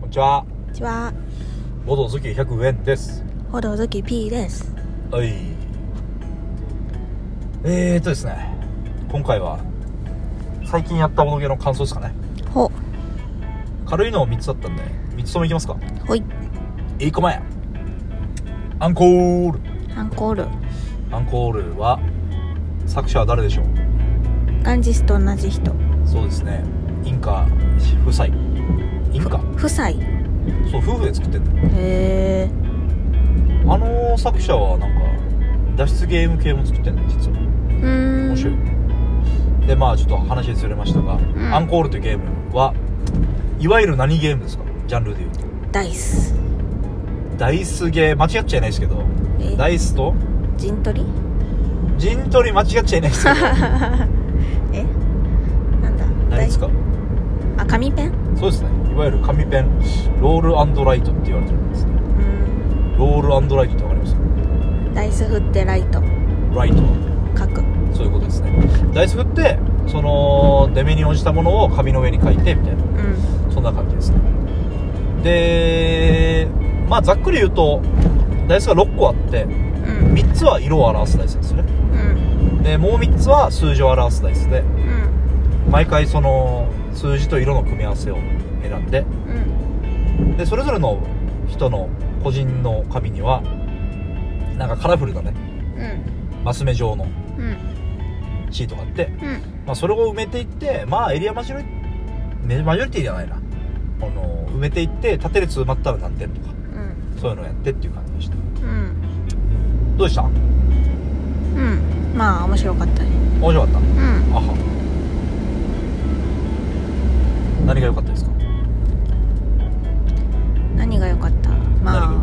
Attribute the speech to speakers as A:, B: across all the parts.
A: こんにちは。
B: こんにちは。
A: ボド月100円です。
B: 報道好き P です。
A: はい。えーっとですね、今回は、最近やったボドゲの感想ですかね。
B: ほ、
A: 軽いの3つだったんで、3つともいきますか。
B: ほい。
A: 1個前。アンコール。
B: アンコール。
A: アンコールは、作者は誰でしょう
B: ガンジスと同じ人。
A: そうですね、インカ夫妻。インカ
B: 夫妻。へ
A: そう、夫婦で作ってんだよ。
B: え。
A: あの作者はなんか、脱出ゲーム系も作ってんだよ、実は。
B: うーん。
A: 面白いでまあちょっと話ずれましたが、
B: ん
A: アンコールというゲームはいわゆる何ゲームですかジャンルでいうと
B: ダイス。
A: ダイスゲー間違っちゃいないですけど
B: え
A: ダイスと
B: 陣取り？
A: 陣取り間違っちゃいないですけ ど
B: え？なんだ。
A: 何ですか
B: ダイあ、紙ペン？
A: そうですねいわゆる紙ペンロールライトって言われてるんですね
B: うん。
A: ロールライトって分かります
B: ダイス振ってライト
A: ライト
B: 書く。
A: そういうことですねダイス振ってその出目に応じたものを紙の上に書いてみたいな
B: うん。
A: そんな感じですねでまあざっくり言うとダイスが6個あって
B: うん。
A: 3つは色を表すダイスですよね
B: うん。
A: でもう3つは数字を表すダイスで
B: うん。
A: 毎回その数字と色の組み合わせを選んで
B: うん。
A: でそれぞれの人の個人の紙にはなんかカラフルなね
B: うん。
A: マス目状の
B: うん。
A: シートがあって、
B: うん。
A: まあ、それを埋めていってまあエリアマジョリメマジョリティじゃないなこの埋めていって縦列埋まったら何点とか
B: うん。
A: そういうのをやってっていう感じでした
B: うん。
A: どうでした面
B: うん。まあ面白かったね。
A: 白かった
B: うん。
A: あは何が良かったですか
B: 何が良かった？ま
A: 何が良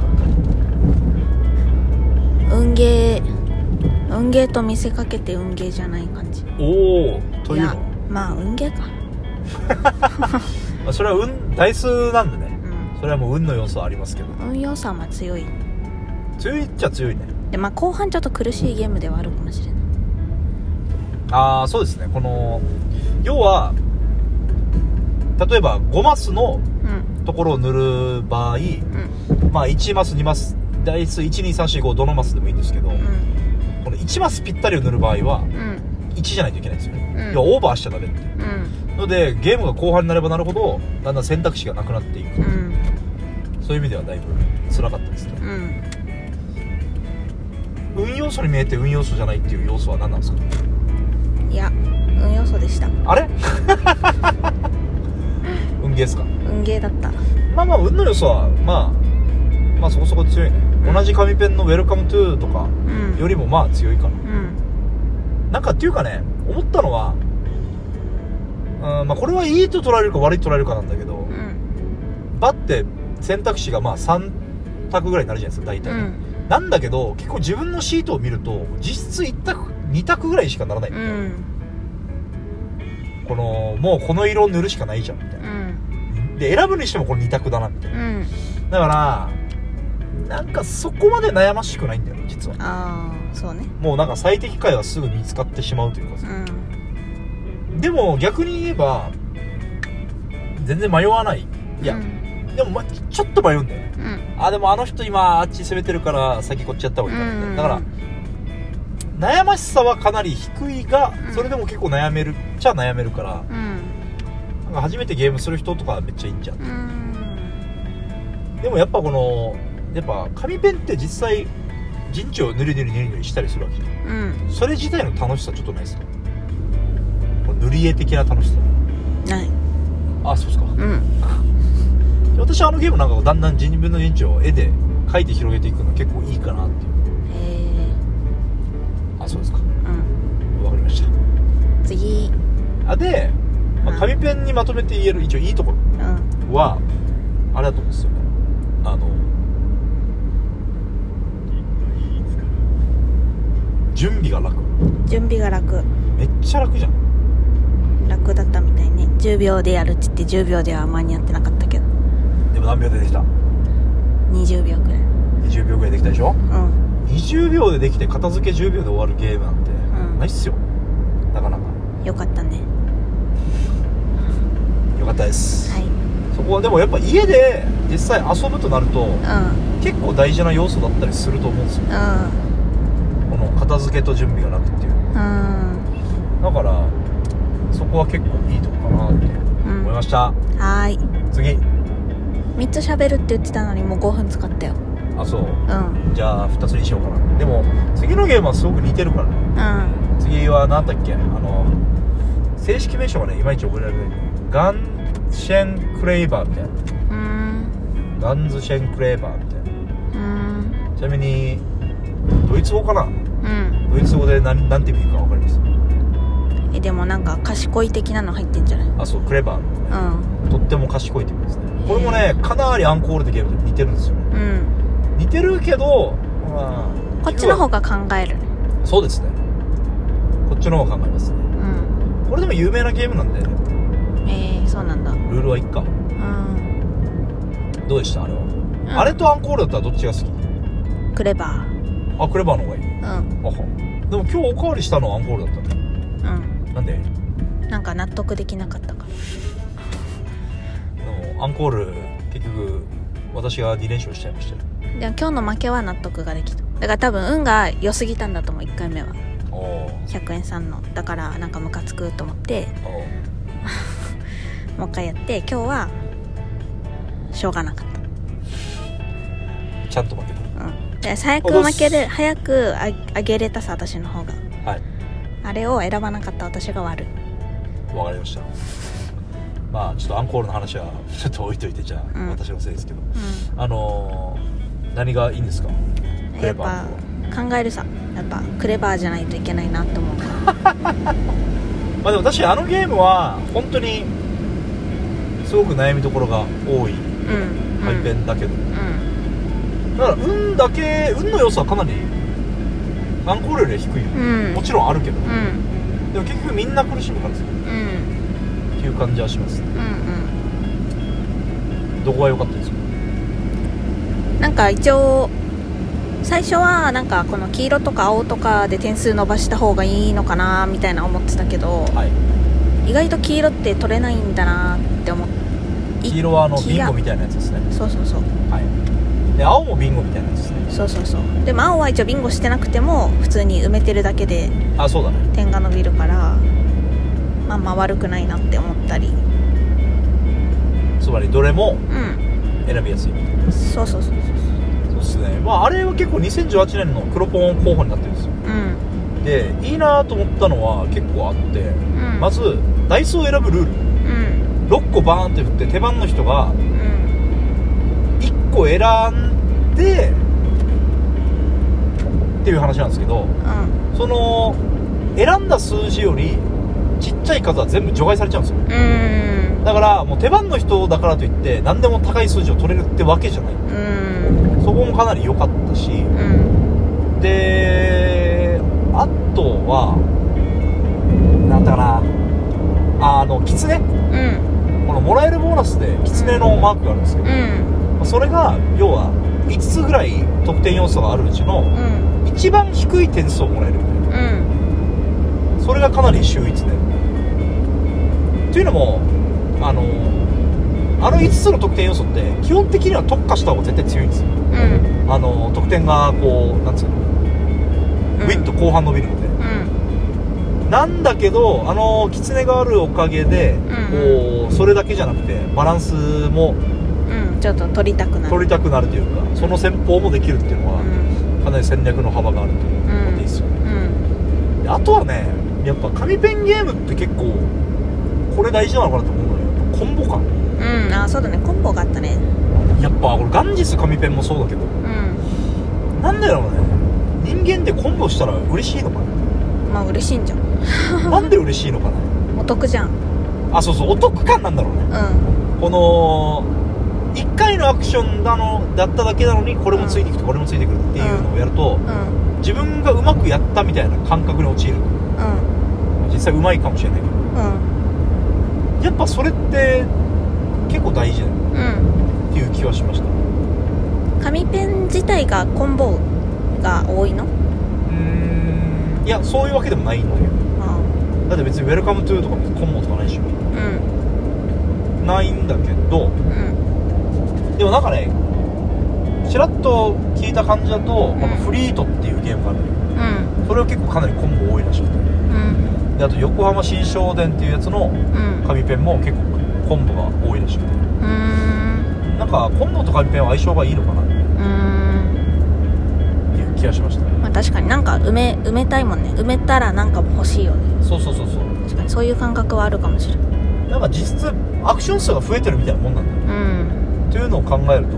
A: か
B: あ
A: っ。
B: 運ゲー運ゲーと見せかけて運ゲーじゃない感じ
A: たおおというの
B: やまあ運ゲーか
A: まあそれは運台数なんでね
B: うん
A: それはもう運の要素はありますけど
B: 運用さは強い
A: 強いっちゃ強いね
B: でまあ後半ちょっと苦しいゲームではあるかもしれない
A: ああそうですねこの要は例えば5マスの
B: うん
A: ところを塗る場合まあ1マス2マス台数12345どのマスでもいいんですけど
B: うん
A: この1マスぴったりを塗る場合は
B: うんうん
A: 1じゃないといけないんですよね、
B: うん
A: 要はオーバーしちゃダメって
B: うん
A: のでゲームが後半になればなるほどだんだん選択肢がなくなっていく
B: うん
A: そういう意味ではだいぶ辛かったですね
B: うん
A: 運要素に見えて運要素じゃないっていう要素は何なんですか
B: いや運要素でした
A: あれ 運ゲーっすか
B: 運ゲーだった
A: まあまあ運の要素はまあまあそこそこ強いね同じ紙ペンの「ウェルカムトゥーとか
B: うん
A: よりもまあ強いかな
B: うん
A: なんかっていうかね思ったのはうんまあこれはいいと捉えるか悪いと捉えるかなんだけど
B: うん
A: バって選択肢がまあ3択ぐらいになるじゃないですか大
B: う
A: 体、
B: ん
A: なんだけど結構自分のシートを見ると実質1択2択ぐらいしかならない、
B: うん
A: このもうこの色を塗るしかないじゃんみたいな
B: うん
A: で選ぶにしてもこれ2択だなみたいな
B: うん
A: だからなんかそこまで悩ましくないんだよね実は
B: ああそうね
A: もうなんか最適解はすぐ見つかってしまうというか
B: う
A: さ
B: ん
A: でも逆に言えば全然迷わないいや、
B: うん
A: でも、ま、ちょっと迷うんだよね
B: うん
A: あでもあの人今あっち攻めてるから先こっちやった方がいいかなみたいなだから悩ましさはかなり低いが
B: うん
A: それでも結構悩めるっちゃ悩めるから
B: うん
A: なんか初めてゲームする人とかめっちゃいいんじゃん
B: うん
A: でもやっぱこのやっぱ紙ペンって実際陣地をぬりぬりぬりぬりしたりするわけじゃん
B: うん
A: それ自体の楽しさちょっとないですかこの塗り絵的な楽しさ
B: ない
A: あそうですか
B: うん
A: 私はあのゲームなんかだんだん自分の陣地を絵で描いて広げていくの結構いいかなっていう
B: へえ
A: あそうですか
B: うん
A: わかりました
B: 次
A: あで、まあ、
B: はい
A: 紙ペンにまとめて言える一応いいところ
B: うん
A: はあれだと思うんですよねあの準備が楽
B: 準備が楽
A: めっちゃ楽じゃん
B: 楽だったみたいね10秒でやるっつって10秒ではあんまりやってなかったけど
A: でも何秒でできた
B: 20秒くらい
A: 20秒ぐらいできたでしょ
B: うん
A: 20秒でできて片付け10秒で終わるゲームなんて
B: ん
A: ないっすよなかなか
B: よかったね
A: よかったです、
B: はい
A: そここはでもやっぱ家で実際遊ぶとなると
B: うん
A: 結構大事な要素だったりすると思うんですよ
B: うん
A: この片付けと準備がなくっていう
B: うん
A: だからそこは結構いいとこかなって思いました、
B: はーい
A: 次
B: 3つ喋るって言ってたのにもう5分使ったよ
A: あそう
B: うん
A: じゃあ2つにしようかなでも次のゲームはすごく似てるからね
B: うん
A: 次は何だっけあの正式名称がねいまいち覚えられないガンシェンクレイバーみたいな
B: うん
A: ガンズシェンクレーバーみたいな
B: うん
A: ちなみにドイツ語かな
B: うん
A: ドイツ語で何何て意味か分かります
B: えでもなんか賢い的なの入ってんじゃない
A: あそうクレバーのね
B: うん
A: とっても賢いって意味ですねこれもねかなりアンコールでゲームと似てるんですよね
B: うん
A: 似てるけど、まあ、
B: こっちの方が考える
A: そうですねこっちの方が考えますね
B: うん
A: これでも有名なゲームなんで
B: えー、そうなんだ
A: ルールはいっか
B: うん、
A: どうでしたあれは、
B: うん、
A: あれとアンコールだったらどっちが好き
B: クレバ
A: あクレバーの方がいい
B: ーうん
A: あはでも今日おかわりしたのはアンコールだったね
B: う
A: なんで
B: んなんか納得できなかったから
A: でもアンコール結局私が2連勝しちゃいましたよ
B: でも今日の負けは納得ができただから多分運が良すぎたんだと思う1回目は
A: おー
B: 100円さんのだからなんかムカつくと思って
A: お
B: もう一回やって今日はしょうがなかっ
A: ーちゃんと負け
B: たうんで早く負ける早くああげれたさ私の方が
A: たはい
B: あれを選ばなかった私が悪い
A: わかりましたまあちょっとアンコールの話はちょっと置いといてじゃあ、
B: うん
A: 私のせいですけど
B: う
A: あのー、何がいいんですか
B: ん
A: クレ
B: やっ
A: バ
B: ぱ
A: ーの方
B: 考えるさやっぱクレバーじゃないといけないなって思うから
A: まあでも確かにあのゲームは本当にすごく悩みどころが多い
B: うん
A: 排便だけど、
B: う
A: だから運だけ運の要素はかなりアンコールよりは低いよ、
B: んうん
A: もちろんあるけど
B: うんうん
A: でも結局みんな苦しむからですよ
B: うん
A: っていう感じはしますね
B: うん
A: どこが良かったですか
B: なんか一応最初はなんかこの黄色とか青とかで点数伸ばした方がいいのかなみたいな思ってたけど
A: はい
B: 意外と黄色って取れないんだなって思って
A: 黄色はあの
B: 黄
A: ビン
B: 色
A: ゴみたいなやつですね
B: そうそうそう
A: はいで青もビンゴみたいなやつですね
B: そうそうそうでも青は一応ビンゴしてなくても普通に埋めてるだけで
A: あそうだね
B: 点が伸びるからまあまあ悪くないなって思ったり
A: つまりどれも
B: うん
A: 選びやすい
B: そうそうそうそう
A: そうですねまああれは結構2018年の黒ポン候補になってるんですよ
B: うん
A: でいいなと思ったのは結構あって
B: うん
A: まずダイスを選ぶルール
B: うん
A: 6個バーンって振って手番の人が
B: うん
A: 1個選んでっていう話なんですけど
B: うん
A: その選んだ数字よりちっちゃい数は全部除外されちゃうんですよ
B: うん
A: だからもう手番の人だからといって何でも高い数字を取れるってわけじゃない
B: うん
A: そこもかなり良かったし
B: うん
A: であとはなんだかなああのキツネ
B: うん
A: このもらえるボーナスでキツネのマークがあるんですけど、
B: うん
A: それが要は5つぐらい得点要素があるうちの
B: うん
A: 一番低い点数をもらえるみたい
B: うん
A: なそれがかなり秀逸でというのもあのあの5つの得点要素って基本的には特化した方が絶対強いんですよ
B: うん
A: あの得点がこうなんつうのウィット後半伸びるので、
B: うん
A: なんだけどあの狐があるおかげで、こ
B: う
A: うそれだけじゃなくてバランスも
B: うんちょっと取りたくなる
A: 取りたくなるというかその戦法もできるっていうの
B: う
A: は
B: ん
A: かなり戦略の幅があるという
B: う
A: の
B: ん
A: でいいっすよね
B: うん
A: であとはねやっぱ紙ペンゲームって結構これ大事なのかなと思うのよコンボ感
B: うんあそうだねコンボがあったね
A: やっぱこれガンジス紙ペンもそうだけど
B: うん
A: なんだろうね人間ってコンボしたら嬉しいのか
B: まあ嬉しいんじゃん
A: ななんで嬉しいのかな
B: お得じゃん
A: あそうそうお得感なんだろうね
B: うん
A: この1回のアクションだのだっただけなのにこれもついてきてこれもついてくるっていうのをやると
B: うん
A: 自分がうまくやったみたいな感覚に陥る
B: うん
A: 実際うまいかもしれないけど
B: うん
A: やっぱそれって結構大事だよ
B: うん
A: っていう気はしましたう
B: 紙ペン自体がコンボが多い
A: ー
B: の
A: んいやそういうわけでもないんだよ
B: あ
A: だって別にウェルカムトゥーとかコンボとかないでしょ
B: うん
A: ないんだけど
B: うん
A: でもなんかねちらっと聞いた感じだと、
B: ん
A: まあフリートっていうゲームがあるのよ
B: うん
A: それは結構かなりコンボ多いらしくて
B: うん
A: であと横浜新商店っていうやつの
B: うん
A: 紙ペンも結構コンボが多いらしくて
B: うーん
A: なんかコンボと紙ペンは相性がいいのかなっ
B: うーん
A: ていう気がしました
B: まあ確かになんか埋め埋めたいもんね埋めたらなんかも欲しいよね
A: そうそうそうそう
B: 確かにそういう感覚はあるかもしれない
A: なんか実質アクション数が増えてるみたいなもんなんだよ
B: うん
A: というのを考えると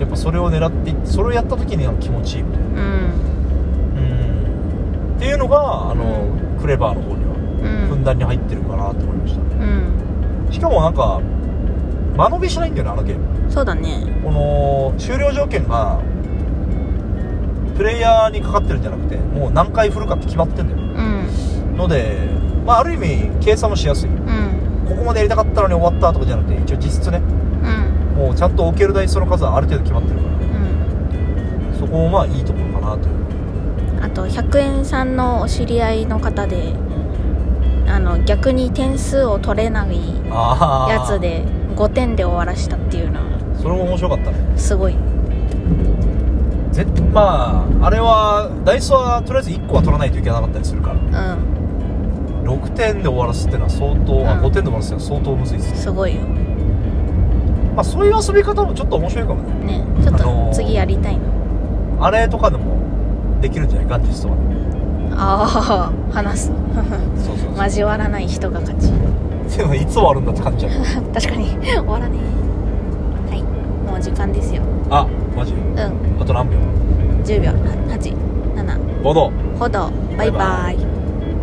A: やっぱそれを狙っていってそれをやった時には気持ちいいみたいな
B: うん
A: うんっていうのがあのクレバーの方には
B: う
A: ふん
B: ん
A: だんに入ってるかなと思いました
B: うん
A: しかもなんか間延びしないんだよねあのゲーム
B: そうだね
A: この終了条件がプレイヤーにかかってるんじゃなくてもう何回振るかって決まってんだよ
B: うん
A: のでまあある意味計算もしやすいこ
B: うん
A: こまでやりたかったのに終わったとかじゃなくて一応実質ね
B: うん
A: もうちゃんと置ける台数の数はある程度決まってるか
B: うん
A: らそこもまあいいところかなという
B: あと100円さんのお知り合いの方であの逆に点数を取れない
A: ああ
B: やつで5点で終わらしたっていうのは
A: それも面白かったね
B: すごい
A: ぜまああれはダイスはとりあえず1個は取らないといけなかったりするから
B: うん
A: 6点で終わらすってのは相当、あ
B: うん
A: 5点で終わらすってのは相当むずいですね、
B: すごいよ
A: まあ、そういう遊び方もちょっと面白いかもね
B: ねちょ
A: あ
B: っ
A: の
B: と
A: ー
B: 次やりたいの
A: あれとかでもできるんじゃないガンジスとかでも
B: ああ話す
A: そうそう
B: 交わらない人が勝ち
A: で もいつ終わるんだって感じちゃう
B: 確かに終わらねえはいもう時間ですよ
A: あマジ
B: うん
A: あと何秒
B: 10秒87
A: 5度
B: ほどバイバイ
A: バイバイ